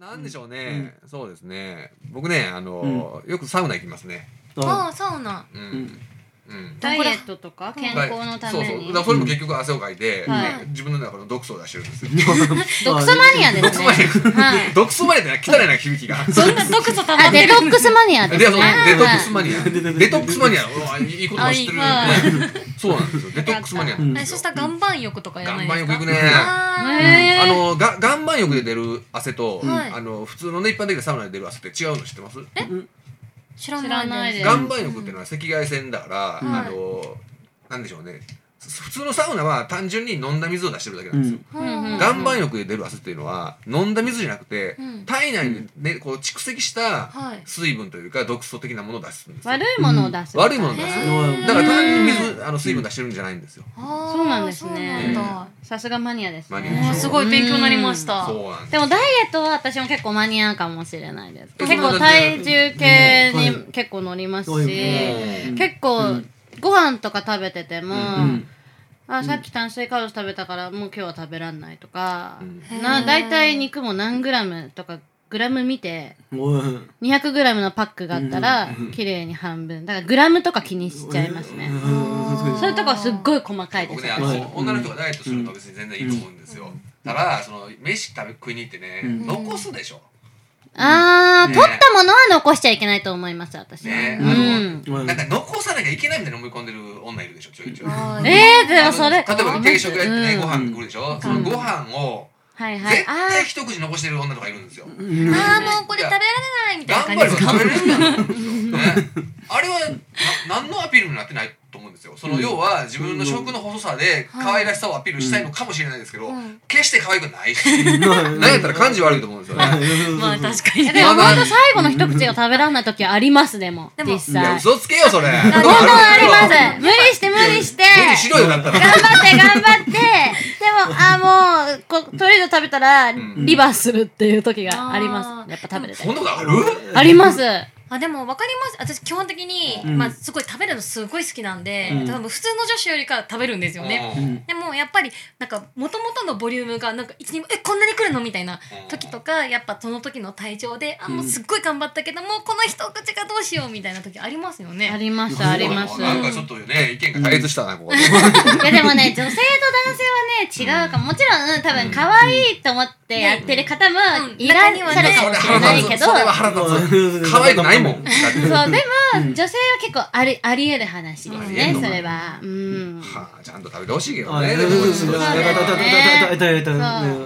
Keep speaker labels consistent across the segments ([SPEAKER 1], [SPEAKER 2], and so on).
[SPEAKER 1] なんでしょうね、そうですね僕ねあの、よくサウナ行きますね
[SPEAKER 2] ああサウナ
[SPEAKER 1] うん、うん
[SPEAKER 3] ダイエットとか健康のた
[SPEAKER 1] そう
[SPEAKER 3] め
[SPEAKER 1] そう
[SPEAKER 3] に
[SPEAKER 1] だからそれも結局汗をかいて、
[SPEAKER 3] うん
[SPEAKER 1] ね
[SPEAKER 3] はい
[SPEAKER 1] 自分の中の毒素を出してるんですよ
[SPEAKER 3] 毒素マニアです
[SPEAKER 1] 毒素まで
[SPEAKER 3] ねはい
[SPEAKER 1] 毒素までって汚いな響きが
[SPEAKER 3] そんな毒素たま
[SPEAKER 4] あ、
[SPEAKER 3] っ
[SPEAKER 4] デ
[SPEAKER 3] てる
[SPEAKER 4] トックスマニア
[SPEAKER 1] で
[SPEAKER 4] で
[SPEAKER 1] そ
[SPEAKER 4] す
[SPEAKER 1] の
[SPEAKER 4] ね。
[SPEAKER 1] デトックス
[SPEAKER 4] は
[SPEAKER 1] マニア
[SPEAKER 5] はい
[SPEAKER 1] デトックスマ ニアうわいいこと知ってるね
[SPEAKER 3] あ
[SPEAKER 1] そうなんですよデトックスマニアなん
[SPEAKER 5] うん
[SPEAKER 1] で
[SPEAKER 2] え
[SPEAKER 1] す
[SPEAKER 2] そ
[SPEAKER 1] よ
[SPEAKER 2] したら岩盤浴とかやらな
[SPEAKER 1] 岩
[SPEAKER 2] い
[SPEAKER 1] 盤
[SPEAKER 2] です
[SPEAKER 1] 浴
[SPEAKER 2] か
[SPEAKER 1] 行くね
[SPEAKER 2] あ
[SPEAKER 1] あ
[SPEAKER 3] あの
[SPEAKER 1] のが岩盤浴で出る汗と、
[SPEAKER 2] はい
[SPEAKER 1] あの普通のね一般的なサウナで出る汗って違うの知ってます
[SPEAKER 2] ー知ら
[SPEAKER 3] 知らな
[SPEAKER 2] ないい
[SPEAKER 3] です
[SPEAKER 2] です
[SPEAKER 1] 岩盤浴っていうのは赤外線だから、
[SPEAKER 5] うん
[SPEAKER 1] あのなんでしょうね普通のサウナは単純に飲んだ水を出してるだけなんですよ、
[SPEAKER 2] はあ
[SPEAKER 3] うん
[SPEAKER 1] 岩盤浴で出る汗っていうのは飲んだ水じゃなくて、
[SPEAKER 2] うん
[SPEAKER 1] 体内に、ね、こう蓄積した
[SPEAKER 2] はい
[SPEAKER 1] 水分というか毒素的なものを出すんですよ
[SPEAKER 3] 悪いものを出す
[SPEAKER 1] 悪いものを出す
[SPEAKER 2] へ
[SPEAKER 1] だ
[SPEAKER 2] ー
[SPEAKER 1] から単に水あの水分出してるんじゃないんですよ、
[SPEAKER 2] あー
[SPEAKER 3] そうなんです
[SPEAKER 2] そう
[SPEAKER 3] ね
[SPEAKER 2] なんだ
[SPEAKER 3] さすがマニアです
[SPEAKER 1] マニ
[SPEAKER 2] あ
[SPEAKER 1] ア
[SPEAKER 3] ね
[SPEAKER 2] ーすごい勉強になりました
[SPEAKER 1] そうなんです
[SPEAKER 3] でもダイエットは私も結構マニアかもしれないです
[SPEAKER 1] え
[SPEAKER 3] 結構体重計に結構乗ります
[SPEAKER 5] うん
[SPEAKER 3] し
[SPEAKER 5] うん
[SPEAKER 3] 結構ご飯とか食べてても
[SPEAKER 5] うん
[SPEAKER 3] あさっき炭水化物食べたからもう今日は食べらんないとか
[SPEAKER 1] うん
[SPEAKER 3] な
[SPEAKER 2] へー
[SPEAKER 3] 大体肉も何グラムとかグラム見て
[SPEAKER 5] おい
[SPEAKER 3] 200グラムのパックがあったら
[SPEAKER 5] うん
[SPEAKER 3] 綺麗に半分だからグラムとか気にしちゃいますね
[SPEAKER 5] うん
[SPEAKER 3] そういうとこはすっごい細かいで
[SPEAKER 1] 僕
[SPEAKER 3] す
[SPEAKER 1] ねあ
[SPEAKER 5] はい
[SPEAKER 1] の女の人がダイエットするのは別に全然いいと思うんですよ、ただその飯食べ食いに行ってね、
[SPEAKER 5] うん
[SPEAKER 1] 残すでしょ
[SPEAKER 3] あ
[SPEAKER 1] ね
[SPEAKER 3] ー取ったものは残しちゃいけないと思います私
[SPEAKER 1] ね
[SPEAKER 3] う
[SPEAKER 1] あの
[SPEAKER 3] ん
[SPEAKER 5] うん
[SPEAKER 1] なんか残さなきゃいけないみたいに思い込んでる女いるでしょちょいちょい
[SPEAKER 2] あー
[SPEAKER 3] えーでもそれ
[SPEAKER 1] あの例えば定食やってね、
[SPEAKER 3] うん
[SPEAKER 1] ご飯来るでしょ、そのご飯を
[SPEAKER 3] はいはい
[SPEAKER 1] 絶
[SPEAKER 3] あ
[SPEAKER 1] 対一口残してる女とかいるんですよ、
[SPEAKER 5] うん
[SPEAKER 2] あーもうこれ食べられないみた
[SPEAKER 1] 頑
[SPEAKER 2] いな
[SPEAKER 1] 張
[SPEAKER 2] 感
[SPEAKER 1] れ
[SPEAKER 2] じ
[SPEAKER 1] ば
[SPEAKER 2] ですか
[SPEAKER 1] 食べれるやろうですよねあれはな何のアピールになってないと思うんですよその要は自分の食の細さで可愛らしさをアピールしたいのかもしれないですけど、
[SPEAKER 2] うん
[SPEAKER 1] 決して可愛くないし
[SPEAKER 5] うん
[SPEAKER 1] 何やったら感じ 悪いと思うんですよね
[SPEAKER 2] まあ確かに
[SPEAKER 3] ーでもほんと最後の一口が食べらんない時はありますでも
[SPEAKER 2] でも
[SPEAKER 3] 実
[SPEAKER 1] いや
[SPEAKER 3] 際
[SPEAKER 1] 嘘つけよそれ
[SPEAKER 3] あでもあります無理して無理して
[SPEAKER 1] 無理しろよだったら
[SPEAKER 3] 頑張って頑張 ってでもあもうこトレード食べたら
[SPEAKER 1] ん
[SPEAKER 3] リバーするっていう時がありま
[SPEAKER 2] あ
[SPEAKER 3] す
[SPEAKER 2] ー
[SPEAKER 3] やっぱ食べれて
[SPEAKER 1] そんなことある
[SPEAKER 3] あります
[SPEAKER 2] あでも分かります私基本的に、
[SPEAKER 5] うん
[SPEAKER 2] まあ、すごい食べるのすごい好きなんで、
[SPEAKER 5] うん
[SPEAKER 2] 多分普通の女子よりかは食べるんですよね、
[SPEAKER 5] うん
[SPEAKER 2] でもやっぱりなんか元々のボリュームがなんか一人えこんなに来るのみたいな
[SPEAKER 1] うん
[SPEAKER 2] 時とかやっぱその時の体調であ
[SPEAKER 5] ん
[SPEAKER 2] もうすっごい頑張ったけどもこの一口がどうしようみたいな時ありますよ
[SPEAKER 3] あ
[SPEAKER 2] ね。
[SPEAKER 3] りますありますい
[SPEAKER 1] な
[SPEAKER 3] や
[SPEAKER 1] んかちょっとね意見が対立したなここで
[SPEAKER 3] でもね女性と男性はね違うかももちろんうん多分可愛いと思ってやってる方も
[SPEAKER 2] うん
[SPEAKER 3] いらっしゃるかもしれないけど
[SPEAKER 1] それは腹立つ可愛くないもんだって
[SPEAKER 3] そうでも女性は結構ありありえる話ですね
[SPEAKER 1] うん
[SPEAKER 3] それはうん
[SPEAKER 1] はあちゃんと食べてほしいけど
[SPEAKER 5] あ
[SPEAKER 1] ね
[SPEAKER 5] れ
[SPEAKER 1] でも
[SPEAKER 3] うだねでもマニア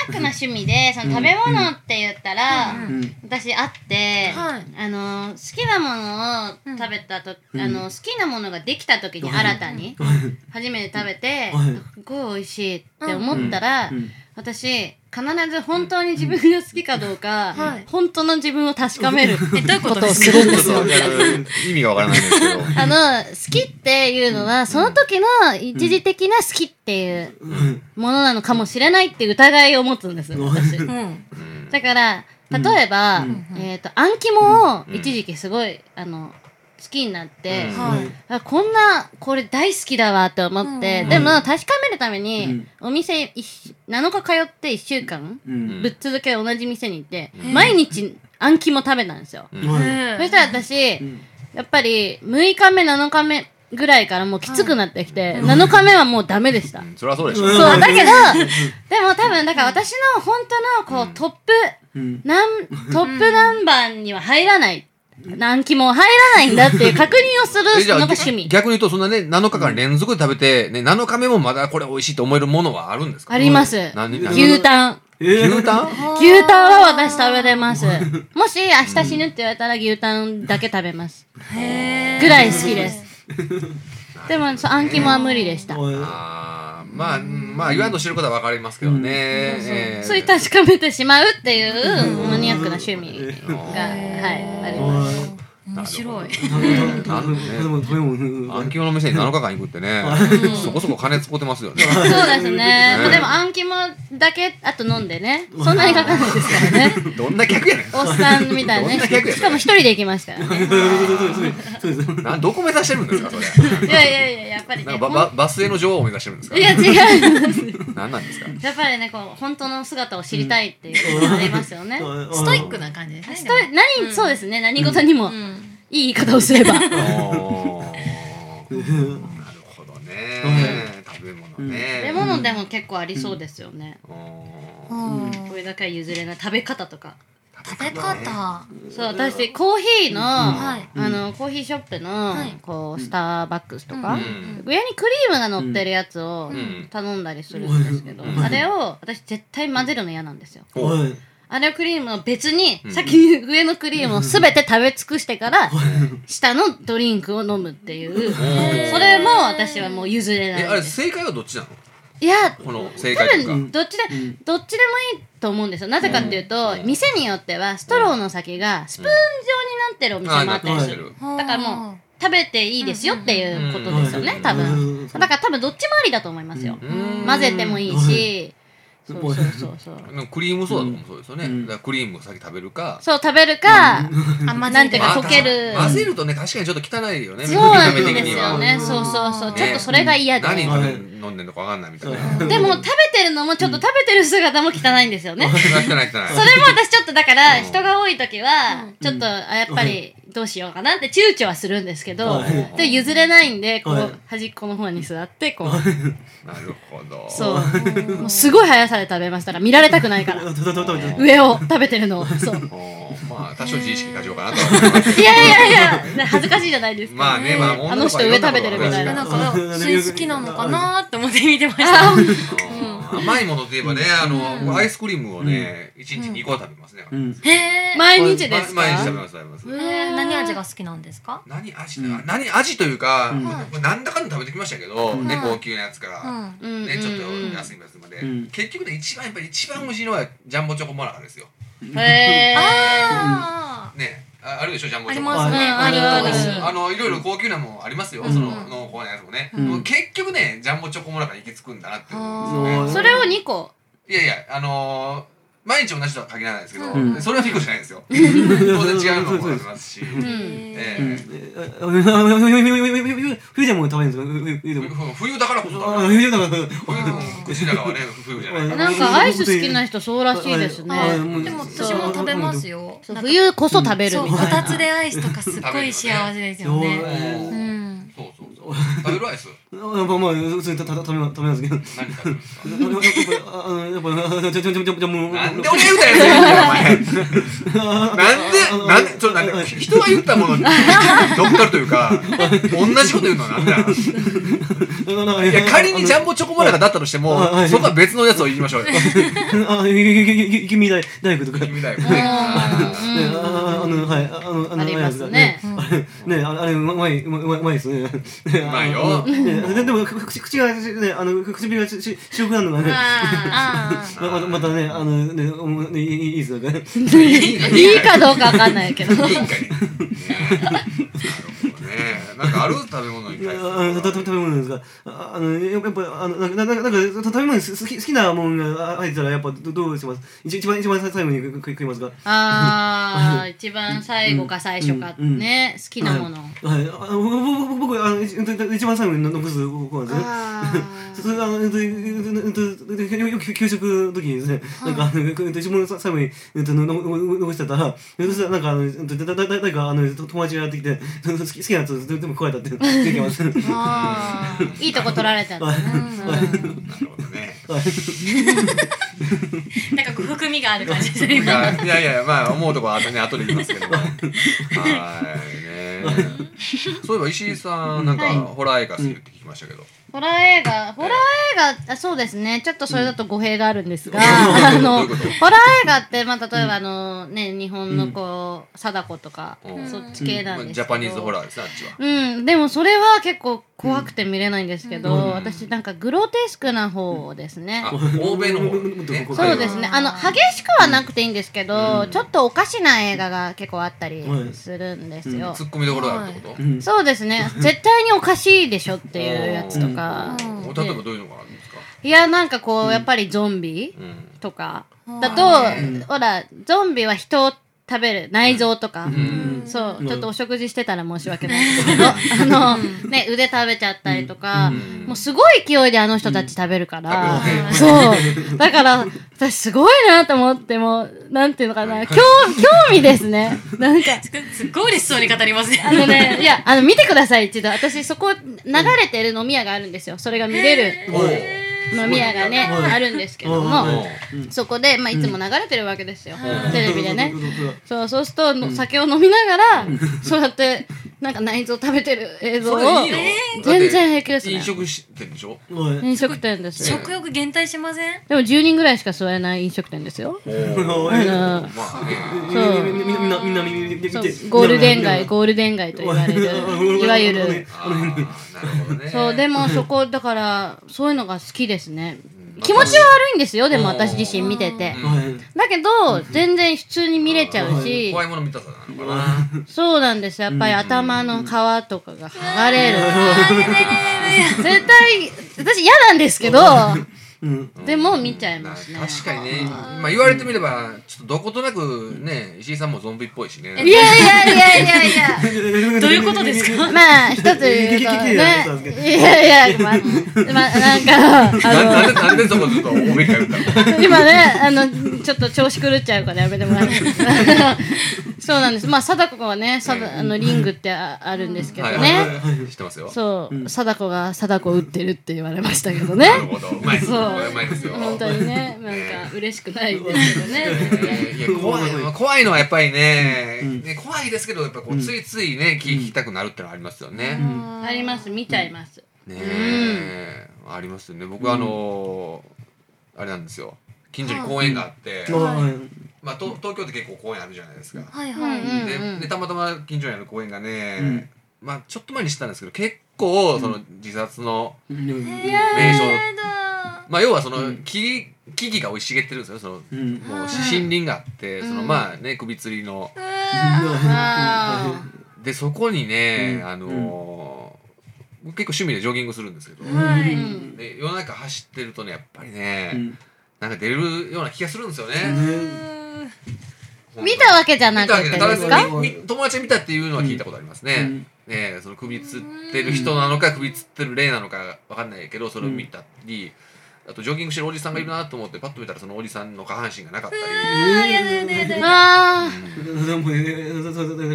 [SPEAKER 3] ックな趣味でその食べ物って言ったら、
[SPEAKER 2] うん
[SPEAKER 3] 私あって、
[SPEAKER 2] はい
[SPEAKER 3] あの好きなものを食べたと、あの好きなものができた時に新たに初めて食べて、
[SPEAKER 5] うん
[SPEAKER 3] すごい美味しいって思ったら、
[SPEAKER 5] うんうん
[SPEAKER 3] 私必ず本当に自分が好きかどうか、
[SPEAKER 2] はい
[SPEAKER 3] 本当の自分を確かめる
[SPEAKER 2] えどういうことです
[SPEAKER 3] す
[SPEAKER 2] か
[SPEAKER 3] るんですよ。
[SPEAKER 1] 意味がわからないんですけど
[SPEAKER 3] あの好きっていうのはその時の一時的な好きっていうものなのかもしれないっていう疑いを持つんです私。
[SPEAKER 2] うん
[SPEAKER 3] だから例えば、
[SPEAKER 5] うん
[SPEAKER 3] えっ、とあん肝を一時期すごい、あの好きになって、
[SPEAKER 1] うん
[SPEAKER 2] はい
[SPEAKER 3] あこんなこれ大好きだわって思って、
[SPEAKER 2] うん
[SPEAKER 3] でも確かめるため
[SPEAKER 5] う
[SPEAKER 3] に
[SPEAKER 5] ん、
[SPEAKER 3] お店いし7日通って1週間、
[SPEAKER 1] うん
[SPEAKER 3] ぶっ続け同じ店に行って、
[SPEAKER 2] ん
[SPEAKER 3] 毎日あん肝食べたんですよ、
[SPEAKER 2] ねえ
[SPEAKER 3] そしたら私、やっぱり6日目7日目ぐらいからもうきつくなってきて、7日目はもうダメでした、
[SPEAKER 1] それはそうでしょ
[SPEAKER 5] うん
[SPEAKER 3] そうだけどでも多分だから私の本当のこうトップ、なんトップナンバーには入らない。何期も入らないんだっていう確認をする
[SPEAKER 1] えじゃあ
[SPEAKER 3] のが趣味。
[SPEAKER 1] 逆に言うとそんなね7日間連続で食べてね7日目もまだこれ美味しいと思えるものはあるんですか
[SPEAKER 3] あります。
[SPEAKER 1] 何何
[SPEAKER 3] 牛タン。
[SPEAKER 1] 牛タン
[SPEAKER 3] 牛タンは私食べれます。もし明日死ぬって言われたら牛タンだけ食べます。
[SPEAKER 2] へー
[SPEAKER 3] ぐらい好きです。でも、そう、暗記もは無理でした。
[SPEAKER 1] あーまあまあ言わんとしてることはわかりますけどねえー
[SPEAKER 3] そういう確かめてしまうっていうマニアックな趣味が、はい、あります。
[SPEAKER 2] う面白い。
[SPEAKER 4] でも、でも、
[SPEAKER 1] 暗記の店に7日間行くってね、そこそこ金使ってますよね。
[SPEAKER 3] そうですね。
[SPEAKER 1] ね
[SPEAKER 3] まあでも、暗記もだけ、あと飲んでね。そんなにかかんないですからね。
[SPEAKER 1] どんな客やね
[SPEAKER 3] おっさんみたいな
[SPEAKER 1] どんな客
[SPEAKER 3] ね。
[SPEAKER 1] や
[SPEAKER 3] しかも一人で行きますから ね。
[SPEAKER 4] そうです。
[SPEAKER 1] ん。なんどこ目指してるんですかそ れ。
[SPEAKER 3] いやいやいや、やっぱりね。
[SPEAKER 1] なんか
[SPEAKER 3] ほ
[SPEAKER 1] バ
[SPEAKER 3] ん
[SPEAKER 1] ババスへの女王を目指してるんですか
[SPEAKER 3] いや、違 う。
[SPEAKER 1] なんなんですか
[SPEAKER 3] やっぱりね、こう、本当の姿を知りたいっていうのがありますよね。
[SPEAKER 2] ストイックな感じですね。
[SPEAKER 3] ストイ何、そうですね。何事にも
[SPEAKER 2] う、ん。
[SPEAKER 3] いい言い方をすれ ば。
[SPEAKER 1] あーなるほどね。食べ物ね。
[SPEAKER 3] 食べ物でも結構ありそうですよね。
[SPEAKER 1] あ
[SPEAKER 2] うん
[SPEAKER 3] これだけは譲れない食べ方とか。
[SPEAKER 1] ー
[SPEAKER 2] 食べ方。
[SPEAKER 3] そう、私、コーヒーの、
[SPEAKER 2] は
[SPEAKER 3] あ
[SPEAKER 2] い。
[SPEAKER 3] の、コーヒーショップの
[SPEAKER 2] はい、
[SPEAKER 3] こう、スターバックスとか
[SPEAKER 1] うん。
[SPEAKER 3] 上にクリームが乗ってるやつを
[SPEAKER 1] ん
[SPEAKER 3] 頼んだりするんですけど、
[SPEAKER 1] うん
[SPEAKER 3] あれを私絶対混ぜるの嫌なんですよ
[SPEAKER 1] お
[SPEAKER 4] おい。
[SPEAKER 3] あれをクリームを別に
[SPEAKER 1] うん
[SPEAKER 3] 先に上のクリームを全て食べ尽くしてから下のドリンクを飲むっていう
[SPEAKER 1] ー
[SPEAKER 3] それも私はもう譲れな
[SPEAKER 1] えあ
[SPEAKER 3] い
[SPEAKER 1] れ
[SPEAKER 3] です
[SPEAKER 1] 正解はどっちなの
[SPEAKER 3] いや
[SPEAKER 1] この正
[SPEAKER 3] 多
[SPEAKER 1] 解という
[SPEAKER 3] 分どっちで
[SPEAKER 4] うん
[SPEAKER 3] どっちでもいいと思うんですよなぜかっていうと
[SPEAKER 1] うん
[SPEAKER 3] 店によってはストローの先がスプーン状になってるお店
[SPEAKER 1] か。
[SPEAKER 3] もあったり
[SPEAKER 4] あな
[SPEAKER 3] す
[SPEAKER 4] って
[SPEAKER 3] る
[SPEAKER 1] る。
[SPEAKER 3] だからもう食べていいですよっていうことですよね
[SPEAKER 1] うん
[SPEAKER 3] 多分
[SPEAKER 4] うん
[SPEAKER 3] だから多分どっちもありだと思いますよ
[SPEAKER 1] う
[SPEAKER 3] 混ぜてもいいし、
[SPEAKER 4] うん
[SPEAKER 3] そうそうそうそう。
[SPEAKER 1] ん。クリームソーダとかもそうですよね。
[SPEAKER 4] うん
[SPEAKER 1] だからクリームを先食べるか。
[SPEAKER 3] そう食べるか、
[SPEAKER 2] う。あ、ま
[SPEAKER 3] なんていうか溶ける
[SPEAKER 1] 混ぜるとね確かにちょっと汚いよね。
[SPEAKER 3] そうなん
[SPEAKER 1] 見た目
[SPEAKER 3] で
[SPEAKER 1] 的
[SPEAKER 3] す
[SPEAKER 1] に
[SPEAKER 3] よ
[SPEAKER 1] は
[SPEAKER 3] ね。
[SPEAKER 2] うん
[SPEAKER 3] そうそうそう、
[SPEAKER 2] ね
[SPEAKER 3] ちょっとそれが嫌で。
[SPEAKER 1] 何
[SPEAKER 3] でも
[SPEAKER 1] 食べ飲んでんのかわかんないみたいな。
[SPEAKER 4] うん
[SPEAKER 3] 食べてるのもちょっと食べてる姿も汚いんですよね。
[SPEAKER 1] それは汚い汚い。
[SPEAKER 3] それも私ちょっとだから
[SPEAKER 1] うん
[SPEAKER 3] 人が多い時は
[SPEAKER 2] うん
[SPEAKER 3] ちょっとあやっぱりどうしようかなって躊躇はするんですけど
[SPEAKER 4] うん
[SPEAKER 3] で譲れないんでこ
[SPEAKER 4] はいう
[SPEAKER 3] 端っこの方に座ってこう
[SPEAKER 1] なるほど。
[SPEAKER 3] そうもうすごい速さで食べましたら見られたくないから上を食べてるのをそう
[SPEAKER 1] おーまあ多少自意識過剰かなとは思います
[SPEAKER 3] いやいやいやね恥ずかしいじゃないですか
[SPEAKER 1] まあねまあ
[SPEAKER 3] あの人上食べてるみたいな
[SPEAKER 2] なんか、好きなのかなーって思って見てました。
[SPEAKER 3] あ
[SPEAKER 1] うん甘いものといえばね、あの、アイスクリームをね、一日2個は食べますね。
[SPEAKER 2] へー。
[SPEAKER 3] 毎日ですか
[SPEAKER 1] ま毎日食べます、食べます。
[SPEAKER 2] えー何味が好きなんですか
[SPEAKER 1] 何味
[SPEAKER 4] う
[SPEAKER 1] だ
[SPEAKER 4] ん
[SPEAKER 1] 何味というか
[SPEAKER 4] うん、
[SPEAKER 1] なんだかんだ食べてきましたけど、
[SPEAKER 2] ん
[SPEAKER 1] ね、高級なやつから、
[SPEAKER 2] ん。
[SPEAKER 3] うん
[SPEAKER 1] ね、ちょっと
[SPEAKER 3] うんうん
[SPEAKER 1] 安いやつまで
[SPEAKER 4] うん。
[SPEAKER 1] 結局ね、一番、やっぱり一番美味しいのはジャンボチョコモナカですよ。
[SPEAKER 3] へー
[SPEAKER 2] あ
[SPEAKER 1] ね、ああるでしょ、ジャンボ
[SPEAKER 2] あ
[SPEAKER 1] チ
[SPEAKER 2] り
[SPEAKER 1] ョコ
[SPEAKER 2] ますね。
[SPEAKER 4] うん
[SPEAKER 2] あ
[SPEAKER 3] あ
[SPEAKER 2] る
[SPEAKER 3] る
[SPEAKER 2] 美味しい。
[SPEAKER 1] あのいろいろ高級なもんありますよ、
[SPEAKER 2] うん
[SPEAKER 1] その濃厚なやつもね、
[SPEAKER 2] うん
[SPEAKER 1] もう結局ねジャンボチョコモナカに行き着くんだなって思うん
[SPEAKER 4] あー
[SPEAKER 1] です
[SPEAKER 3] そ
[SPEAKER 1] よね
[SPEAKER 3] れを2個
[SPEAKER 1] いやいやあのー、毎日同じとは限らないですけど、
[SPEAKER 4] うん
[SPEAKER 1] それは2個じゃないですよ当然違うのもありますし、
[SPEAKER 3] う
[SPEAKER 2] うん
[SPEAKER 3] ん
[SPEAKER 1] え
[SPEAKER 4] うん
[SPEAKER 1] え
[SPEAKER 4] 冬でも食べるんですか冬冬でも。
[SPEAKER 1] 冬だからこそだ
[SPEAKER 4] ああ、冬だから。
[SPEAKER 1] 冬も口だからね冬じゃないから
[SPEAKER 3] なんかアイス好きな人そうらしいです
[SPEAKER 4] はい
[SPEAKER 3] ね
[SPEAKER 4] もう
[SPEAKER 2] でも私も食べますよ。
[SPEAKER 3] そう
[SPEAKER 2] なんか
[SPEAKER 3] 冬こそ食べる
[SPEAKER 2] そう、
[SPEAKER 3] みた
[SPEAKER 2] こ
[SPEAKER 3] いな
[SPEAKER 2] たつでアイスとかすっごい幸せですよ
[SPEAKER 4] そう
[SPEAKER 2] ね。
[SPEAKER 1] え
[SPEAKER 2] う
[SPEAKER 1] え
[SPEAKER 2] ん。
[SPEAKER 1] そうそうそう食べるアイス
[SPEAKER 4] まあまあ、普通に食べ食べ食べますけど。
[SPEAKER 1] 何食べるんですか
[SPEAKER 4] やっぱ、やっぱ、やっぱ、ちょちょちょちょちょもう。
[SPEAKER 1] なんで俺が言うたやつ言うのお前。なんで、なんで、ちょっとなんで、人が言ったものに、乗っかるというか、同じこと言うのはなんだよ。いや、仮にジャンボチョコモナカだったとしても
[SPEAKER 4] ああ、
[SPEAKER 1] そこは別のやつを言いましょうよ。
[SPEAKER 4] あ、あ、君大大工とか。ね、
[SPEAKER 1] 君だよ。
[SPEAKER 3] うんうん
[SPEAKER 4] あ、あの、はい、あの、あの、
[SPEAKER 3] ありますね。
[SPEAKER 4] ね、あれ、うまい、うまい、うまいですね。うでも、口、口が、ね、あの、唇がし、白くなるのがね。
[SPEAKER 2] あ
[SPEAKER 4] まままたね、あの、ね、おもねいいいいですよね。
[SPEAKER 3] いいかどうかわかんないけど
[SPEAKER 1] いいんかい。ねえなるほどねなんかある食べ物に対する
[SPEAKER 4] ああた食べ物ですかああのやっぱあのなんかなんかなんか食べ物す好き好きなもんが入ってたらやっぱどどうします一一番一番最後に食食食いますか
[SPEAKER 3] あー一番最後か最初かね好きなもの
[SPEAKER 4] はいあの僕僕僕あの一一番最後に残す方なんですね
[SPEAKER 3] あ
[SPEAKER 4] そそれあのえっとえっとえっとえっとよよく給食の時にですね、なんかあのえっと一番最後にえっとののの残してたら、そしたらなんかあのえっとだだだ誰かあの友達がやってきてその好き好きなやつ全部食われたって出てきます。
[SPEAKER 2] あ。ああ。
[SPEAKER 3] ーいいとこ取られちゃったね
[SPEAKER 1] なるほどね。
[SPEAKER 2] なんかこう含みがある感じする
[SPEAKER 1] い。やいやいやまあ思うとこは後ね後で言いますけどもはいねそういえば石井さんなんか、
[SPEAKER 3] はい
[SPEAKER 1] ホラー映画好きって聞きましたけど、
[SPEAKER 3] ホラー映画、ホラー映画、あそうですね。ちょっとそれだと語弊があるんですが、あの、ホラー映画って、まあ、例えば、あの、ね、日本のこう、貞子とか、
[SPEAKER 1] うん
[SPEAKER 3] そっち系なんですけど、
[SPEAKER 1] ジャパニーズホラーですねあっちは
[SPEAKER 3] うん、でもそれは結構怖くて見れないんですけど、
[SPEAKER 4] うん
[SPEAKER 3] 私なんかグロテスクな方ですね。
[SPEAKER 1] あ欧米の方ね
[SPEAKER 4] うん
[SPEAKER 3] そうですね。あの、激しくはなくていいんですけど、
[SPEAKER 4] うん
[SPEAKER 3] ちょっとおかしな映画が結構あったりするんですよ。
[SPEAKER 1] ツッコミどころがあるってこと、
[SPEAKER 4] うん
[SPEAKER 3] そうですね。絶対におかしいでしょっていうやつとか。
[SPEAKER 2] うん
[SPEAKER 1] 例えばどういうのがあるんですか、
[SPEAKER 3] いや、なんかこう、やっぱりゾンビ
[SPEAKER 1] うん
[SPEAKER 3] とか
[SPEAKER 2] うん
[SPEAKER 3] だ
[SPEAKER 1] うん
[SPEAKER 3] と、ほら、ゾンビは人を食べる、内臓とか。
[SPEAKER 1] うん
[SPEAKER 3] そう、
[SPEAKER 4] うん
[SPEAKER 3] ちょっとお食事してたら申し訳ないですけど、あの、ね、腕食べちゃったりとか、
[SPEAKER 1] うん
[SPEAKER 3] もうすごい勢いであの人たち食べるから、
[SPEAKER 1] 食べる
[SPEAKER 3] そう。だから、私すごいなと思って、もう、なんていうのかな、興興味ですね。なんか、
[SPEAKER 2] すっごい嬉しそうに語りますね。
[SPEAKER 3] あのね、 いや、あの、見てください、一度。私、そこ、流れてる飲み屋があるんですよ。それが見れる
[SPEAKER 1] おう
[SPEAKER 3] 飲み屋がね、
[SPEAKER 4] うん
[SPEAKER 3] あるんですけど
[SPEAKER 4] うん
[SPEAKER 3] も、
[SPEAKER 4] うんうん
[SPEAKER 3] そこで、まあ、いつも流れてるわけですよ。テレビでね
[SPEAKER 4] う。ん
[SPEAKER 3] そう、そうすると、酒を飲みながら、そうやって、なんか内臓食べてる映像
[SPEAKER 1] そ
[SPEAKER 3] を、
[SPEAKER 1] れいいの、
[SPEAKER 3] 全然平気ですね
[SPEAKER 1] 飲食してるでしょ
[SPEAKER 4] おい
[SPEAKER 3] 飲食店ですよ。
[SPEAKER 2] 食欲減退しません
[SPEAKER 3] でも10人ぐらいしか座れない飲食店ですよ。
[SPEAKER 1] お
[SPEAKER 4] お
[SPEAKER 1] ー
[SPEAKER 4] い
[SPEAKER 3] あの
[SPEAKER 1] まあね
[SPEAKER 3] そう
[SPEAKER 4] みみみみんなみんなみんなみんな見て
[SPEAKER 3] そうゴールデン街、
[SPEAKER 4] みん
[SPEAKER 3] ゴールデン街と言われる
[SPEAKER 4] お、い
[SPEAKER 3] いわゆ
[SPEAKER 4] おい
[SPEAKER 3] る。
[SPEAKER 1] あーなるほどね
[SPEAKER 3] そう、でもそこ、だから、そういうのが好きですね。気持ちは悪いんですよ、でも私自身見てて。
[SPEAKER 4] なおい
[SPEAKER 3] だけど、全然普通に見れちゃうし
[SPEAKER 1] 怖、いもの見たさなのかな
[SPEAKER 3] そうなんです。やっぱり頭の皮とかが剥がれる。 絶対、私嫌なんですけど、
[SPEAKER 4] うん
[SPEAKER 3] でも見ちゃいますね。
[SPEAKER 1] 確かにねまあ言われてみればちょっとどことなくね石井さんもゾンビっぽいしね
[SPEAKER 3] いやいやいやいやいや。
[SPEAKER 2] どういうことですか
[SPEAKER 3] まあ、一つ言うと、ね、いやいや、まあ、まあ、なん
[SPEAKER 1] なな
[SPEAKER 3] か、
[SPEAKER 1] ん
[SPEAKER 3] あ
[SPEAKER 1] でなんでそこずっとおめか言ったの
[SPEAKER 3] の、今ね、あの、ちょっと調子狂っちゃうからやめてもらって。 そうなんです。まあ、貞子がね、さだあの、リングってああるんですけど
[SPEAKER 1] はいはい
[SPEAKER 3] ね。
[SPEAKER 1] はい知ってますよ
[SPEAKER 3] そう、貞子が貞子を打ってるって言われましたけどね
[SPEAKER 1] な。るほどうまいです
[SPEAKER 3] そう
[SPEAKER 1] これうまいですよ
[SPEAKER 3] 本当にね、なんか、嬉しくないですけどね。
[SPEAKER 1] いや怖いのは怖いのはやっぱりね,、
[SPEAKER 4] ん
[SPEAKER 1] ね怖いですけどやっぱこうついついね聞きたくなるってのはありますよね。
[SPEAKER 3] あります、見ちゃいます。
[SPEAKER 1] ねえ、ありますよね。僕あのーあれなんですよ近所に公園があって、
[SPEAKER 4] おい
[SPEAKER 1] まあ、東東京って結構公園あるじゃないですか。
[SPEAKER 2] はい
[SPEAKER 3] うんうん
[SPEAKER 2] は
[SPEAKER 3] う
[SPEAKER 2] い。
[SPEAKER 1] で
[SPEAKER 3] ん
[SPEAKER 1] で。たまたま近所にある公園がね、
[SPEAKER 4] うん
[SPEAKER 1] まあ、ちょっと前に知ったんですけど結構その自殺の
[SPEAKER 4] うん
[SPEAKER 1] 名所、
[SPEAKER 2] だ
[SPEAKER 1] まあ、要はそうの
[SPEAKER 4] ん
[SPEAKER 1] 木木々が生い茂ってるんですよその
[SPEAKER 4] うん
[SPEAKER 1] もう森林があって、その
[SPEAKER 3] うん
[SPEAKER 1] まあね首吊りの。
[SPEAKER 3] あ
[SPEAKER 1] でそこにね、
[SPEAKER 4] うん
[SPEAKER 1] あのー結構趣味でジョギングするんですけど、
[SPEAKER 4] うん
[SPEAKER 2] は
[SPEAKER 3] ーう
[SPEAKER 2] い
[SPEAKER 3] ん
[SPEAKER 1] で夜中走ってるとねやっぱりね、
[SPEAKER 4] うん
[SPEAKER 1] なんか出るような気がするんですよね。
[SPEAKER 4] うん
[SPEAKER 1] 本当に
[SPEAKER 3] 見たわけじゃな
[SPEAKER 1] 見た
[SPEAKER 3] く
[SPEAKER 1] わけ
[SPEAKER 3] て
[SPEAKER 1] じ
[SPEAKER 3] で
[SPEAKER 1] ゃない
[SPEAKER 3] すか
[SPEAKER 1] 友達友達が見たっていうのは聞いたことありますね。
[SPEAKER 4] うん
[SPEAKER 1] ねえその首吊ってる人なのか首吊ってる霊なのかわかんないけどそれを見たり、あとジョギングしてるおじさんがいるなと思ってパッと見たらそのおじさんの下半身がなかったり。
[SPEAKER 2] あーやだやだやだやだ
[SPEAKER 3] あー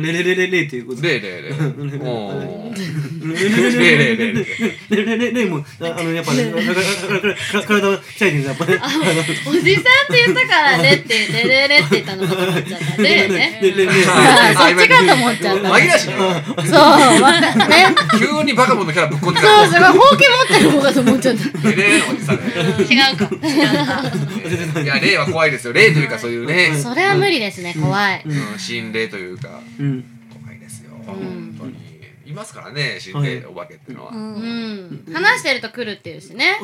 [SPEAKER 4] レレレレレっていうこと
[SPEAKER 1] 霊霊霊。 おー
[SPEAKER 4] レレレレレレレレもあのやっぱね体を鍛えてるやっぱね
[SPEAKER 3] おじさんって言ったからねって、レレレって言ったのかと思っちゃった。レレね。
[SPEAKER 4] レレレ
[SPEAKER 3] あそっちかと思っちゃっ
[SPEAKER 1] 紛
[SPEAKER 3] た。
[SPEAKER 1] らわしいね。
[SPEAKER 3] そう、わかね。
[SPEAKER 1] 急にバカボンのキャラぶっこんで
[SPEAKER 3] そう、
[SPEAKER 1] た
[SPEAKER 3] すごい、ほうき持ってる方かと思っちゃった。
[SPEAKER 1] 霊霊のおじさんね。
[SPEAKER 3] 違うか。
[SPEAKER 1] いや霊は怖いですよ霊というかそういうね、
[SPEAKER 3] それは無理ですね、怖い。
[SPEAKER 1] うん、心霊というか
[SPEAKER 4] うん
[SPEAKER 1] 怖いですよ、本当にいますからね心霊お化けっていうのは、
[SPEAKER 3] うん。話してると来るっていうしね。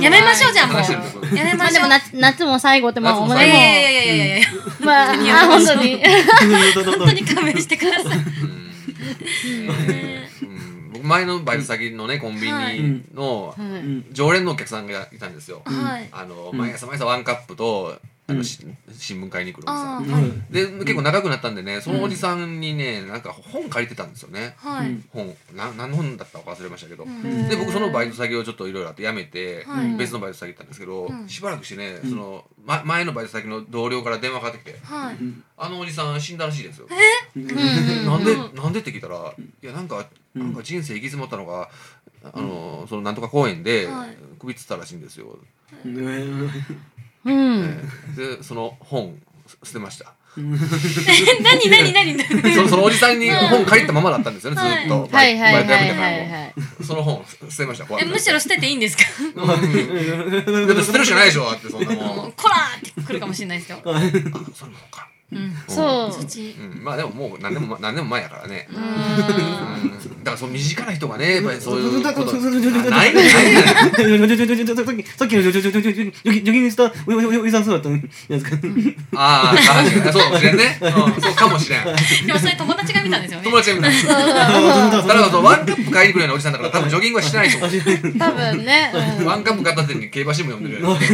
[SPEAKER 2] やめましょうじゃあも
[SPEAKER 1] 話してるとこ
[SPEAKER 2] う。やめ
[SPEAKER 3] ま
[SPEAKER 2] ま
[SPEAKER 3] あで
[SPEAKER 2] しょ
[SPEAKER 3] も
[SPEAKER 2] う。
[SPEAKER 3] 夏、夏も最後って、まあ、
[SPEAKER 1] 夏
[SPEAKER 3] お
[SPEAKER 1] も
[SPEAKER 2] いやい
[SPEAKER 1] 最後
[SPEAKER 3] 前
[SPEAKER 2] やいやいやいやいや。
[SPEAKER 3] も、まあ、あ、本当に。
[SPEAKER 2] 本当に勘弁してください。
[SPEAKER 1] えーうん、僕前のバイト先のねコンビニの
[SPEAKER 3] はい
[SPEAKER 1] 常連のお客さんがいたんですよ、
[SPEAKER 2] はい。
[SPEAKER 1] あの毎朝毎朝ワンカップとあの、し新聞買いに来るおじさ
[SPEAKER 2] あ
[SPEAKER 1] ん
[SPEAKER 2] ーはい
[SPEAKER 1] で結構長くなったんでねそのおじさんにねなんか本借りてたんですよね、
[SPEAKER 2] はい。
[SPEAKER 1] 本な何の本だったか忘れましたけど、
[SPEAKER 2] ん
[SPEAKER 1] で僕そのバイト先をちょっといろいろあって辞めて、
[SPEAKER 2] はい
[SPEAKER 1] 別のバイト先行ったんですけど、
[SPEAKER 2] うん
[SPEAKER 1] しばらくしてねその、ま、前のバイト先の同僚から電話かかってきて
[SPEAKER 2] はい。
[SPEAKER 1] 「あのおじさん死んだらしいですよ」
[SPEAKER 3] うん
[SPEAKER 1] なんでなんでって聞いたら「いやなんかなんか人生行き詰まったのがあのそのなんとか公園で
[SPEAKER 2] はい
[SPEAKER 1] 首吊ったらしいんですよ
[SPEAKER 3] うん。う」ん。
[SPEAKER 1] でその本捨てました。
[SPEAKER 2] え何何何何
[SPEAKER 1] そのそのおじさんに本借りたままだったんですよね、ずっと。バ
[SPEAKER 3] は
[SPEAKER 1] イ
[SPEAKER 3] いはいはい
[SPEAKER 1] バイト辞めてか
[SPEAKER 3] は
[SPEAKER 1] らも
[SPEAKER 3] いはい。
[SPEAKER 1] その本捨てました、怖
[SPEAKER 2] え
[SPEAKER 1] くて
[SPEAKER 2] むしろ捨てていいんですか
[SPEAKER 1] だって捨てるしかないでしょ、だってそんなもん。
[SPEAKER 2] もうこらーって来るかもしれないですよ、
[SPEAKER 1] あその本か。
[SPEAKER 2] うん、
[SPEAKER 3] そう。
[SPEAKER 2] そっち
[SPEAKER 1] うん、まあでももう何年も何年も前やからね。
[SPEAKER 3] う
[SPEAKER 1] う
[SPEAKER 3] ーん
[SPEAKER 1] ん、だからその身近な人がね、やっぱりそういうこと。ないね、ないね。
[SPEAKER 4] さっきのジョギングしたおじさんそうだったんですか
[SPEAKER 1] ああ、確かに。そうかもしれんね。うん、そうかもしれん。
[SPEAKER 2] でもそれ友達が見たんですよね
[SPEAKER 1] 友達が見た。だからそのワンカップ買いに来るようなおじさんだから多分ジョギングはしてないと思
[SPEAKER 3] 多 分ね。
[SPEAKER 1] う。ワンカップ片手に競馬新聞読んでるよね。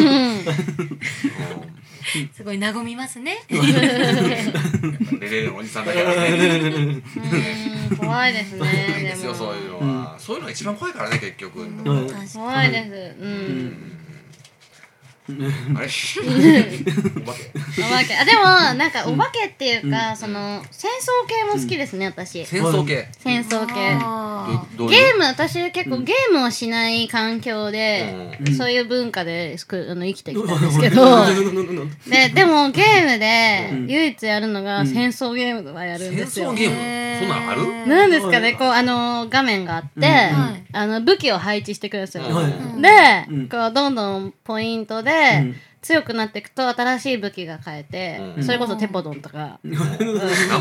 [SPEAKER 3] うんうん
[SPEAKER 2] すごい和みますね
[SPEAKER 1] レレレのおじさんだからね。
[SPEAKER 3] うん怖いです
[SPEAKER 1] 怖い
[SPEAKER 3] ね。
[SPEAKER 1] です
[SPEAKER 3] で
[SPEAKER 1] よ、
[SPEAKER 3] も
[SPEAKER 1] そういうのは。そういうのが一番怖いからね、結局。
[SPEAKER 4] ん
[SPEAKER 3] 怖いです。うん。
[SPEAKER 1] あれお化け。
[SPEAKER 3] お化け。あでもなんかお化けっていうかその戦争系も好きですね私。
[SPEAKER 1] 戦争系。
[SPEAKER 3] 戦争系。
[SPEAKER 2] あ
[SPEAKER 1] どうい
[SPEAKER 3] ゲ
[SPEAKER 1] う
[SPEAKER 3] ーム私結構ゲームをしない環境で、そういう文化ですくあの生きてきたんですけどででもゲーム
[SPEAKER 4] うん
[SPEAKER 3] で唯一やるの
[SPEAKER 4] う
[SPEAKER 3] が
[SPEAKER 4] ん
[SPEAKER 3] 戦争ゲームとかやるん
[SPEAKER 1] 戦
[SPEAKER 3] ですよ
[SPEAKER 1] 争。ゲームそんなのある
[SPEAKER 3] なんですかねこうあの画面があって、
[SPEAKER 2] はい
[SPEAKER 3] あの武器を配置してください。
[SPEAKER 1] うん
[SPEAKER 2] ん
[SPEAKER 3] で、
[SPEAKER 4] うん
[SPEAKER 3] こうどんどんポイントで、強くなっていくと新しい武器が変えて、
[SPEAKER 1] うん
[SPEAKER 3] それこそテポドンとか、
[SPEAKER 1] 生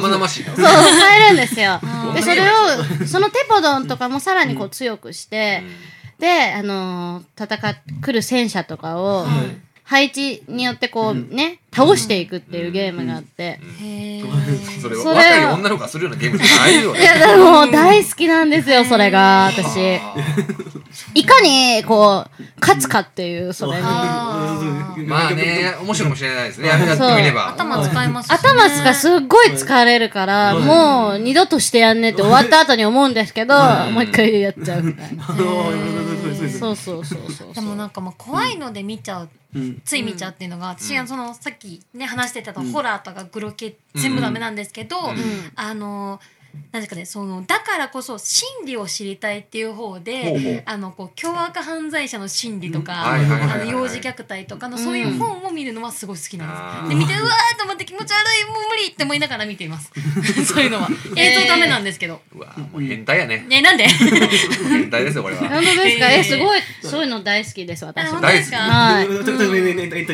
[SPEAKER 1] 々しいな。
[SPEAKER 3] そう変えるんですよ。
[SPEAKER 2] あ
[SPEAKER 3] でそれをそのテポドンとかもさらにこう強くして、で、あのー戦っ来る戦車とかを、配置によってこうね、倒していくっていうゲームがあって、
[SPEAKER 2] ーへえ
[SPEAKER 1] それは若い女の子がするようなゲームじゃないよ
[SPEAKER 3] い
[SPEAKER 1] ね。
[SPEAKER 3] や でも大好きなんですよそれが 私いかにこう勝つかっていうそれに
[SPEAKER 1] まあね、面白いかもしれないですね。やってみれば。
[SPEAKER 2] 頭使いますしね
[SPEAKER 3] 頭すかすっごい疲れるから、もう二度としてやんねえって終わった後に思うんですけど、もう一回やっちゃうみたいな。そうそうそうそう
[SPEAKER 2] で
[SPEAKER 3] そう。
[SPEAKER 2] もなんかまあ怖いので見ちゃうつい見ちゃうっていうのが、私はそのさっきね話してたと、ホラーとかグロ系全部ダメなんですけど、あのなんですかねそのだからこそ心理を知りたいっていう方で、
[SPEAKER 1] ほうほう
[SPEAKER 2] あのこう凶悪犯罪者の心理とか、
[SPEAKER 1] うんはいはいはいはい
[SPEAKER 2] あの幼児虐待とかのそういう本を見るのはすごい好きなんです、
[SPEAKER 1] うん
[SPEAKER 2] で見てうわーと思って気持ち悪いもう無理って思いながら見ています そういうのは映像ダメなんですけど、
[SPEAKER 1] うわもう変態やね。
[SPEAKER 2] えなんで
[SPEAKER 1] 変態ですよ、これは。
[SPEAKER 3] 本当ですか
[SPEAKER 2] えー
[SPEAKER 3] え、すごい、そういうの大好きです、
[SPEAKER 2] あ
[SPEAKER 3] 私
[SPEAKER 2] 本
[SPEAKER 3] も。
[SPEAKER 2] 当ですか
[SPEAKER 3] はい。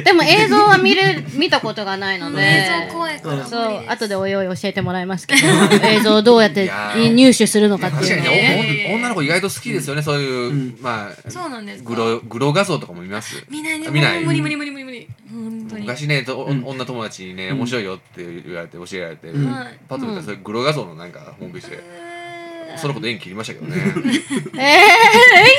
[SPEAKER 3] でも映像は見れ、見たことがないので。
[SPEAKER 2] 映像怖いから無理です
[SPEAKER 3] そう、後でおいおい教えてもらいますけど、映像をどうやって
[SPEAKER 1] いやー
[SPEAKER 3] 入手するのかって
[SPEAKER 1] 確か
[SPEAKER 3] いう
[SPEAKER 1] に
[SPEAKER 3] のを。
[SPEAKER 1] ね、女の子意外と好きですよね、そういう、まあ、
[SPEAKER 2] そうなんですか
[SPEAKER 1] グロ、グロ画像とかも見ます。
[SPEAKER 2] 見ないね
[SPEAKER 1] 見ない
[SPEAKER 2] もう無理無理無理無理無理本当に
[SPEAKER 1] 昔ね、と
[SPEAKER 4] ん
[SPEAKER 1] 女友達にね、面白いよって言われて、教えられて
[SPEAKER 4] ん、
[SPEAKER 1] パッと見たら、それグロ画像のなんか、ホームページで、その子と縁切りましたけどね。
[SPEAKER 3] えー、縁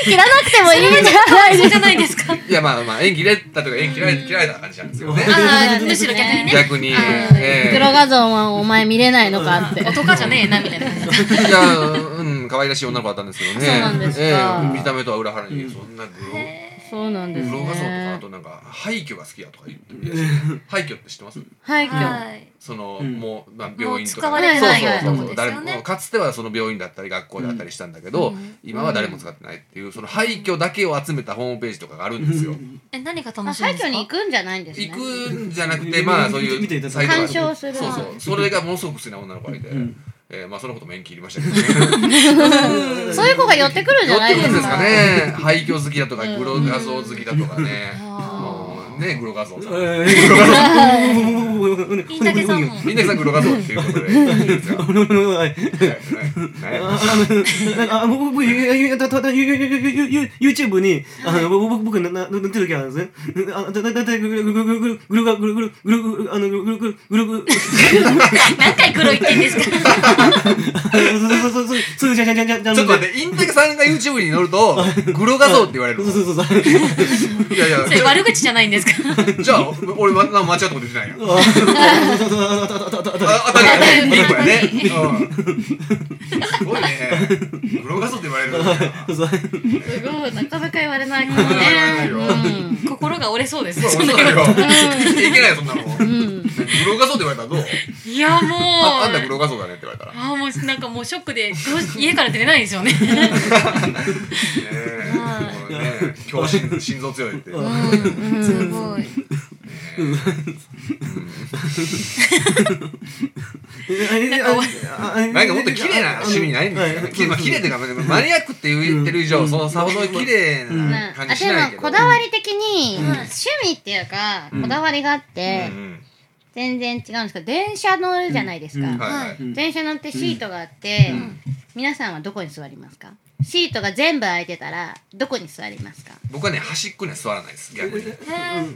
[SPEAKER 3] 切らなくてもいいんじゃない
[SPEAKER 2] そう
[SPEAKER 3] です
[SPEAKER 2] じゃないです か
[SPEAKER 1] いや、まあまあ、縁切れたとか、縁切られ切られた感じなんですよね。
[SPEAKER 2] あーむしろ逆にね
[SPEAKER 1] 逆に、え
[SPEAKER 3] か。黒画像はお前見れないのかって。
[SPEAKER 2] 男じゃねえなみたいな感じだ
[SPEAKER 1] いや、うん、可愛らしい女の子だったんですけどね。
[SPEAKER 3] そうなんですか
[SPEAKER 1] ええ見た目とは裏腹に、そんなグロ、
[SPEAKER 3] そうなんです
[SPEAKER 1] グロ画像とか、あ
[SPEAKER 3] ね。
[SPEAKER 1] となんか、廃墟が好きやとか言ってるやつ廃墟って知ってます
[SPEAKER 3] 廃墟。
[SPEAKER 2] はい
[SPEAKER 1] その、
[SPEAKER 4] ん
[SPEAKER 1] もう、まあ、病院とか
[SPEAKER 2] もう使わ
[SPEAKER 3] れない
[SPEAKER 1] そうそうそう
[SPEAKER 2] は
[SPEAKER 1] そう
[SPEAKER 2] い
[SPEAKER 1] 誰
[SPEAKER 2] ですよ
[SPEAKER 1] も
[SPEAKER 2] ね
[SPEAKER 1] かつてはその病院だったり学校だったりしたんだけど、今は誰も使ってないっていうその廃墟だけを集めたホームページとかがあるんですよ、
[SPEAKER 2] え何が楽
[SPEAKER 3] あ
[SPEAKER 2] しいん
[SPEAKER 3] 廃
[SPEAKER 2] ですか
[SPEAKER 3] 墟に行くんじゃないんですね。
[SPEAKER 1] 行くんじゃなくてまあそうい
[SPEAKER 4] 見て見て
[SPEAKER 1] うサイトがある
[SPEAKER 3] 鑑賞する
[SPEAKER 1] そうそうそれがものすごく好きな女の子がいて、えーまあそのことも縁切りましたけどね
[SPEAKER 3] そういう子が寄ってくるんじゃない
[SPEAKER 1] 寄
[SPEAKER 3] で
[SPEAKER 1] ってくるんで
[SPEAKER 3] す
[SPEAKER 1] すか
[SPEAKER 3] か。
[SPEAKER 1] ね廃墟好きだとかグロ画像好きだとかねもうねグロ画像さん
[SPEAKER 2] インタケさんも
[SPEAKER 1] みんなさんグロ画像っていうことで いい ですかはいはいはい
[SPEAKER 4] ああ僕僕たたた YouTube にあの僕僕なな出てる時あるんですね。あだだだいぐるぐるぐるぐるぐるぐるぐるぐるあのぐるぐるぐるぐる
[SPEAKER 2] 何回黒いってんですか
[SPEAKER 4] そうそうそうそうじゃじゃじゃじゃじゃ
[SPEAKER 1] ちょっと待って、インテケさんが YouTube に載ると、グロ画像って言われる
[SPEAKER 4] そ
[SPEAKER 1] の。
[SPEAKER 4] うそうそう。
[SPEAKER 1] いやいや、
[SPEAKER 2] そ
[SPEAKER 1] じ
[SPEAKER 2] れ
[SPEAKER 1] ゃ
[SPEAKER 2] 悪口じゃないんですか
[SPEAKER 1] あじゃあ、俺、ま間違ったこと言ってないやん。あ、
[SPEAKER 4] あ
[SPEAKER 1] 当たり前。いい子やね。うんすごいね。グロ画像って言われるのね。
[SPEAKER 3] すごい、なかなか言われないか
[SPEAKER 1] 言われないよ
[SPEAKER 3] うん
[SPEAKER 2] 心が折れそうです
[SPEAKER 1] そう俺そうだよ。いけないよ、そんなの。グロ画像って言われたらどう
[SPEAKER 2] いやもう
[SPEAKER 1] ああんたグロ画像だねって言われたら。ね
[SPEAKER 2] あーもうなんかもうショックでどうし家から出れないんですよね
[SPEAKER 1] えこのね強心心臓強いって。
[SPEAKER 2] うんすごい
[SPEAKER 1] なんかもっと綺麗な趣味ないんですかね。きまあ綺麗っていうか、マニアックって言ってる以上、そのさほど綺麗
[SPEAKER 3] うん
[SPEAKER 1] な感じしな
[SPEAKER 3] あ
[SPEAKER 1] いけ
[SPEAKER 3] で
[SPEAKER 1] ど。
[SPEAKER 3] もこだわり的に、
[SPEAKER 2] うん
[SPEAKER 3] 趣味っていうかこだわりがあって、
[SPEAKER 1] うん
[SPEAKER 3] 全然違うんですけど電車乗るじゃないですか、
[SPEAKER 4] うん
[SPEAKER 1] うんはいはい。
[SPEAKER 3] 電車乗ってシートがあって、皆さんはどこに座りますかシートが全部空いてたらどこに座りますか
[SPEAKER 1] 僕はね、端っこには座らないです。逆に。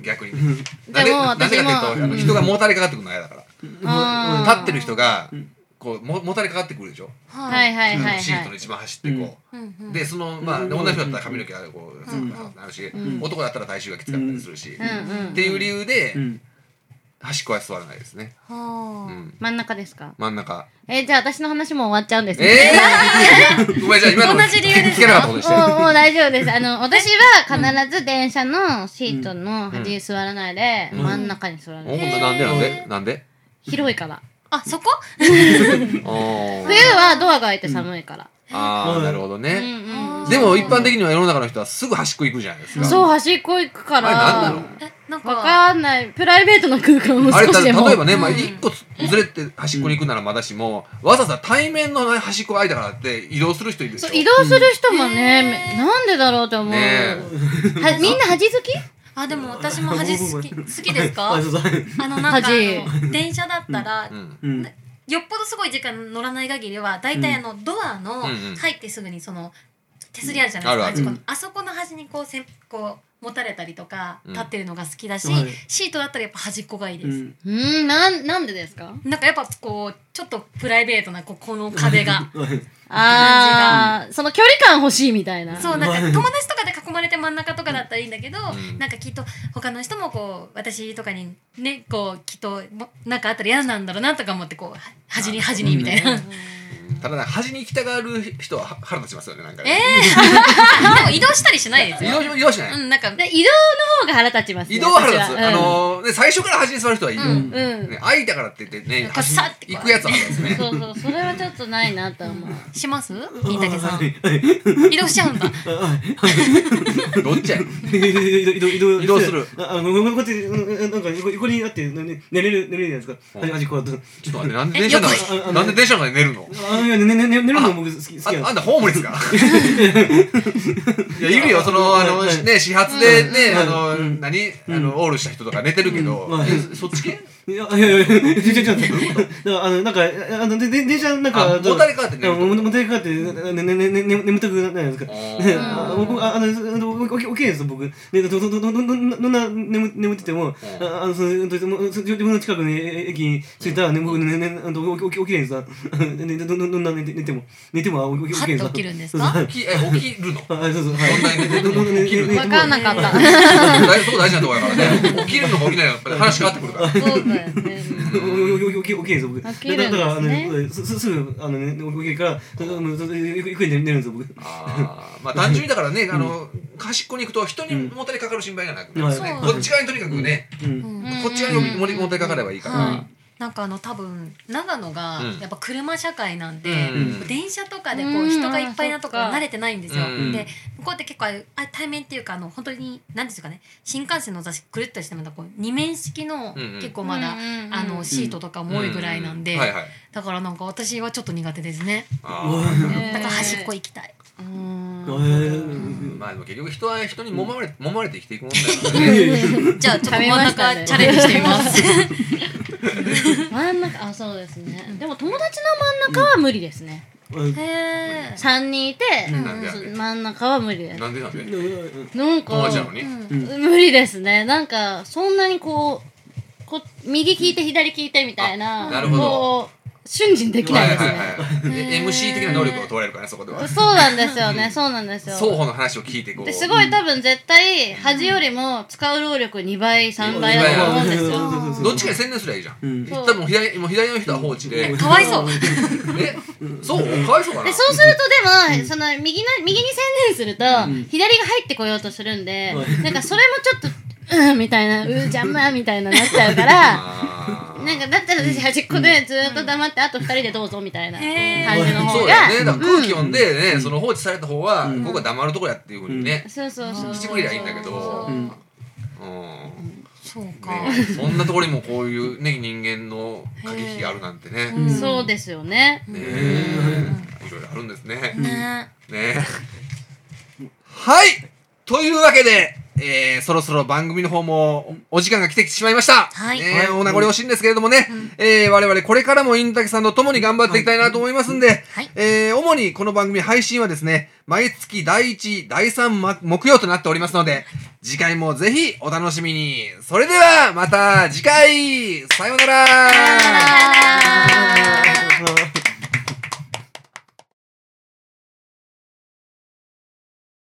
[SPEAKER 1] 逆にね。な
[SPEAKER 3] で
[SPEAKER 1] ぜ
[SPEAKER 3] も
[SPEAKER 1] なぜ
[SPEAKER 3] 私も
[SPEAKER 1] かというとあの、人がもたれかかってくるのは嫌だから。
[SPEAKER 3] あ
[SPEAKER 1] 立ってる人が、こう、ももたれかかってくるでしょ。
[SPEAKER 3] は
[SPEAKER 2] はいい。
[SPEAKER 3] はいはい
[SPEAKER 1] シート
[SPEAKER 3] は
[SPEAKER 1] の
[SPEAKER 3] い
[SPEAKER 1] 一番端ってこ
[SPEAKER 2] うんうん
[SPEAKER 1] う。で、その、まあ、
[SPEAKER 4] うん
[SPEAKER 1] 女の人だったら髪の毛がこう、
[SPEAKER 2] ん
[SPEAKER 1] なるし、男だったら体臭がきつかったりするし。
[SPEAKER 3] うんうん
[SPEAKER 1] っていう理由で
[SPEAKER 4] う、ん
[SPEAKER 1] 端っこは座らないですね。う
[SPEAKER 2] は
[SPEAKER 1] ん。
[SPEAKER 3] 真ん中ですか
[SPEAKER 1] 真ん中。
[SPEAKER 3] えーじゃあ私の話も終わっちゃうんですけど
[SPEAKER 1] ええ ー、ごめんじゃあ今の
[SPEAKER 2] 同じ理由です
[SPEAKER 1] 聞け
[SPEAKER 2] よ
[SPEAKER 1] なかったことにして。
[SPEAKER 3] もうもう大丈夫です。あの、私は必ず電車のシートの端に座らないで、
[SPEAKER 1] うん
[SPEAKER 3] 真ん中に座らない。
[SPEAKER 1] ほんとなんでなんでなんで
[SPEAKER 3] 広いから。
[SPEAKER 2] あ。あ、そこ
[SPEAKER 1] あ
[SPEAKER 3] 冬はドアが開いて寒いから。
[SPEAKER 1] ああ
[SPEAKER 4] う
[SPEAKER 1] ー
[SPEAKER 4] ん
[SPEAKER 1] なるほど
[SPEAKER 3] う
[SPEAKER 1] ね、
[SPEAKER 3] ん
[SPEAKER 2] あ
[SPEAKER 1] でも一般的には世の中の人はすぐ端っこ行くじゃないです
[SPEAKER 3] うん。
[SPEAKER 1] か
[SPEAKER 3] そう、端っこ行くか
[SPEAKER 1] あれ
[SPEAKER 3] ら
[SPEAKER 1] 何な。の
[SPEAKER 2] え、なん
[SPEAKER 3] わ
[SPEAKER 2] か、
[SPEAKER 3] かんない。プライベートの空間を
[SPEAKER 1] あれ
[SPEAKER 3] 少
[SPEAKER 1] た
[SPEAKER 3] しでも。
[SPEAKER 1] 例えばね、まあ、
[SPEAKER 2] うん
[SPEAKER 1] 一個ずれて端っこに行くならまだしも、わざわざ対面の端っこが空いたからって移動する人いるでしょ
[SPEAKER 3] そう移動する人もね、
[SPEAKER 2] うん
[SPEAKER 3] なんでだろうと思う。
[SPEAKER 1] ね
[SPEAKER 3] はみんな端好き
[SPEAKER 2] あ、でも私も端好き、 好きですか
[SPEAKER 4] あそうそう
[SPEAKER 2] あの、なんかあ
[SPEAKER 3] 恥
[SPEAKER 2] の、電車だったら
[SPEAKER 1] う、ん
[SPEAKER 4] うん
[SPEAKER 2] よっぽどすごい時間乗らない限りは、大体あの、ドアの
[SPEAKER 1] うんうん
[SPEAKER 2] 入ってすぐにその、手すりあるじゃない
[SPEAKER 1] うんあ
[SPEAKER 2] で
[SPEAKER 1] るあ
[SPEAKER 2] す
[SPEAKER 1] る
[SPEAKER 2] かあそこ。あそこの端にこう、せんこう、持たれたりとか、
[SPEAKER 1] うん
[SPEAKER 2] 立ってるのが好きだし
[SPEAKER 4] はい、
[SPEAKER 2] シートだったらやっぱ端っこがいいです。
[SPEAKER 3] うーん、なん、なんでですか
[SPEAKER 2] なんかやっぱこう、ちょっとプライベートな、こうこの壁が。
[SPEAKER 3] あー、その距離感欲しいみたいな。
[SPEAKER 2] そうなんか友達とかで囲まれて真ん中とかだったらいいんだけど、
[SPEAKER 1] ん
[SPEAKER 2] なんかきっと他の人もこう私とかにねこうきっともなんかあったら嫌なんだろうなとか思ってこうは端に端にみたいな、
[SPEAKER 1] ただね端に行きたがる人はは腹立ちますよねなんか
[SPEAKER 2] ええ
[SPEAKER 1] ね、
[SPEAKER 2] ー でも移動したりしないです
[SPEAKER 1] 移
[SPEAKER 2] よ
[SPEAKER 1] 動し移動しない、
[SPEAKER 2] うんなんか
[SPEAKER 3] で移動の方が腹立ちますね
[SPEAKER 1] 移動は腹立つ、
[SPEAKER 3] 私
[SPEAKER 1] あのーね、最初から端に座る人はいいよ、
[SPEAKER 2] うん
[SPEAKER 3] うん、うん
[SPEAKER 1] ね、空いたからって言ってね
[SPEAKER 2] なんか
[SPEAKER 1] 端
[SPEAKER 2] さって
[SPEAKER 1] に行くやつはあるんですね
[SPEAKER 3] そうそうそれはちょっとないなと思う
[SPEAKER 2] します金武さ
[SPEAKER 4] はい
[SPEAKER 2] ん
[SPEAKER 4] はい
[SPEAKER 2] 移動しちゃうんだ
[SPEAKER 1] どっちやねん
[SPEAKER 4] 移動移動
[SPEAKER 1] 移動する
[SPEAKER 4] ああのこうやってうんなんか横横にあってねね寝れる寝れるじゃないですか。
[SPEAKER 1] うん
[SPEAKER 4] 端っこだと。
[SPEAKER 1] ちょっと待って、なんで電車の
[SPEAKER 4] よ
[SPEAKER 2] え
[SPEAKER 1] 中
[SPEAKER 4] く
[SPEAKER 1] なんで電車の中で寝るの
[SPEAKER 4] あいやねねね寝るの僕好き好き
[SPEAKER 1] あ
[SPEAKER 4] や
[SPEAKER 1] あん。たホームレ スかいや、いるよ、その、あの、
[SPEAKER 4] はいはい
[SPEAKER 1] ね、始発でね、
[SPEAKER 4] うん
[SPEAKER 1] あの、
[SPEAKER 4] うん
[SPEAKER 1] 何あの、オールした人とか寝てるけど
[SPEAKER 4] うんは、い
[SPEAKER 1] えそっち系
[SPEAKER 4] いやいやいやちょちょちょちょだからあのなんかあのでで電車なん
[SPEAKER 1] あ
[SPEAKER 4] か
[SPEAKER 1] もたれかかって寝ると
[SPEAKER 4] いやももたれかかってねねねねね眠たくならないですか。
[SPEAKER 1] あ
[SPEAKER 4] ね
[SPEAKER 1] ー
[SPEAKER 4] あ 僕ああの起き起きないですよ僕。ねどどどどどどどどんな眠眠ってても
[SPEAKER 1] うん
[SPEAKER 4] ああのそのどどもそ自分の近くのえ駅に着いたらね僕ねねねあの起き起き起きない ですよ。ねどどどどんな寝て寝ても寝てもあ起き起きないです
[SPEAKER 2] はっと起きるんですか
[SPEAKER 4] そうそう
[SPEAKER 1] 起き、え、起きるの
[SPEAKER 4] はいそうそうはい。
[SPEAKER 1] どんなに寝てても
[SPEAKER 4] どんなに
[SPEAKER 1] 起きる
[SPEAKER 4] ねね
[SPEAKER 3] 分かんなかった
[SPEAKER 1] 大そこ大事なところだからね。起きるのか起きないのか、やっぱり話変わってくる から。
[SPEAKER 3] そうだよね
[SPEAKER 4] 起き起きです僕。
[SPEAKER 3] 起きるんです
[SPEAKER 4] だか
[SPEAKER 3] ね
[SPEAKER 4] らあのすすすぐあのね起きるからそそそゆっくり寝るんですよ僕。
[SPEAKER 1] あーまあ単純にだからね、あの、端っこに行くと人にもたれかかる心配がなくなるんですね。
[SPEAKER 2] う
[SPEAKER 1] こ
[SPEAKER 2] ん
[SPEAKER 1] っち側にとにかくね、
[SPEAKER 4] うん
[SPEAKER 1] こっち側にもりもたれかかればいいから。
[SPEAKER 2] はいなんかあの多分長野が
[SPEAKER 1] うん
[SPEAKER 2] やっぱ車社会なんで、
[SPEAKER 1] うん
[SPEAKER 2] 電車とかでこ
[SPEAKER 3] う
[SPEAKER 2] うん人がいっぱいなとこ
[SPEAKER 3] あーそっか
[SPEAKER 2] 慣れてないんですよ。
[SPEAKER 1] うん
[SPEAKER 2] で向こうって結構あ対面っていうかあの本当に何ですかね新幹線の座席くるっとしてまだこう二面式の
[SPEAKER 1] うんうん
[SPEAKER 2] 結構まだ、
[SPEAKER 3] うんうんうん
[SPEAKER 2] あのシートとかも多いぐらいなんで、
[SPEAKER 1] うはいはい。
[SPEAKER 2] だからなんか私はちょっと苦手ですね。
[SPEAKER 1] あー
[SPEAKER 2] だから端っこ行きたい。
[SPEAKER 3] うーん
[SPEAKER 4] え
[SPEAKER 1] まあでも結局人は人に揉まれ、揉まれて生きていくもんだからね。
[SPEAKER 4] ー
[SPEAKER 2] じゃあちょっと真ん
[SPEAKER 3] 噛みました
[SPEAKER 2] 中、
[SPEAKER 3] ね
[SPEAKER 2] チャレンジして みます。
[SPEAKER 3] 真ん中あそうですねでも友達の真ん中は無理ですね
[SPEAKER 2] へえ。
[SPEAKER 3] 3人いて、
[SPEAKER 1] んなんでやねん
[SPEAKER 3] 真ん中は無理です
[SPEAKER 1] なんでなんで
[SPEAKER 3] な
[SPEAKER 1] 友
[SPEAKER 3] んか
[SPEAKER 1] 達なのに、
[SPEAKER 3] 無理ですねなんかそんなにこうこ右聞いて左聞いてみたいな
[SPEAKER 1] あなるほど
[SPEAKER 3] こう瞬時にできないですね、
[SPEAKER 1] で MC 的な能力を問われるからねそこでは
[SPEAKER 3] そうなんですよねそうなんですよ
[SPEAKER 1] 双方の話を聞いてこう
[SPEAKER 3] ですごい多分絶対端よりも使う労力2倍3倍だと思うんですよ。
[SPEAKER 1] どっちかに専念すりゃいいじゃん、
[SPEAKER 4] ん
[SPEAKER 1] 多分左もう左の人は放置で
[SPEAKER 2] かわいそう。
[SPEAKER 1] えそうかわいそうかな
[SPEAKER 3] でそうするとでも、その右の右に専念すると、左が入ってこようとするんで、なんかそれもちょっと「うん」みたいな「うー邪魔」みたいななっちゃうから
[SPEAKER 1] あー
[SPEAKER 3] なんかだったら私端っこでずっと黙ってあと2人でどうぞみたいな感
[SPEAKER 2] へー
[SPEAKER 3] じの
[SPEAKER 1] そ
[SPEAKER 3] 方
[SPEAKER 1] うだ
[SPEAKER 3] が
[SPEAKER 1] よねだから空気読んでね、その放置された方は、僕は黙るとこやっていうふうにね、
[SPEAKER 3] そうそうそう
[SPEAKER 1] 口ぶりはいいんだけど、
[SPEAKER 3] そううん
[SPEAKER 2] そうか、
[SPEAKER 1] ね、そんなところにもこういうね人間の駆け引きがあるなんてね。
[SPEAKER 2] うん
[SPEAKER 3] そうですよね。
[SPEAKER 1] ねいろいろあるんですね。
[SPEAKER 2] ね
[SPEAKER 1] ねはいというわけで、えーそろそろ番組の方もお時間が来てしまいました。
[SPEAKER 2] はい
[SPEAKER 1] ねお名残惜しいんですけれどもね、えー我々これからもインタキさんと共に頑張っていきたいなと思いますんで、
[SPEAKER 2] はい
[SPEAKER 1] えー主にこの番組配信はですね、毎月第1、第3ま木曜となっておりますので、次回もぜひお楽しみに。それではまた次回さようなら
[SPEAKER 2] さようなら
[SPEAKER 4] あ